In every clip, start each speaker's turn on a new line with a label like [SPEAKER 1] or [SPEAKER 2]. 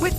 [SPEAKER 1] With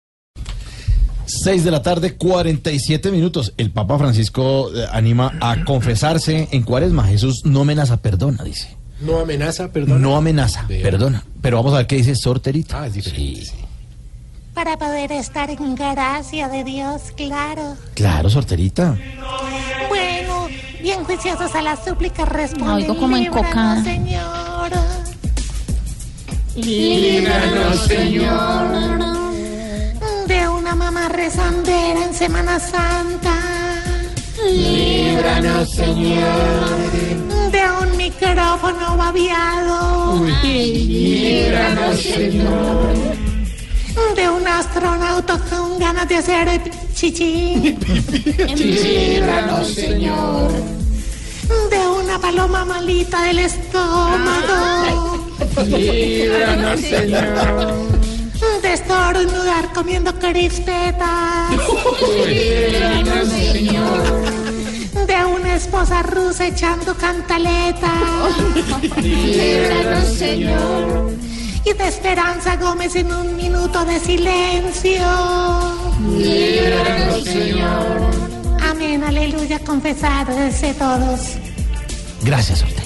[SPEAKER 2] 6 de la tarde, 47 minutos. El Papa Francisco eh, anima a confesarse en Cuaresma. Jesús no amenaza, perdona, dice.
[SPEAKER 3] No amenaza, perdón.
[SPEAKER 2] No amenaza, perdona. Pero vamos a ver qué dice Sorterita.
[SPEAKER 3] Ah, es diferente. sí.
[SPEAKER 4] para poder estar en gracia de Dios, claro.
[SPEAKER 2] Claro, Sorterita.
[SPEAKER 4] Bueno, bien juiciosos a las súplicas responden.
[SPEAKER 5] Oigo como
[SPEAKER 4] "Líbranos,
[SPEAKER 5] encocada.
[SPEAKER 4] Señor. Señor. De una mamá rezandera en Semana Santa. Líbranos, Señor. De un micrófono babiado. De un astronauta con ganas de hacer chichi. Señor. De una paloma malita del estómago. Señor. De estornudar comiendo crispetas. Señor. De una esposa rusa echando cantaletas. Y de Esperanza Gómez en un minuto de silencio. Señor. Amén, aleluya, confesarse todos.
[SPEAKER 2] Gracias, Sorterita.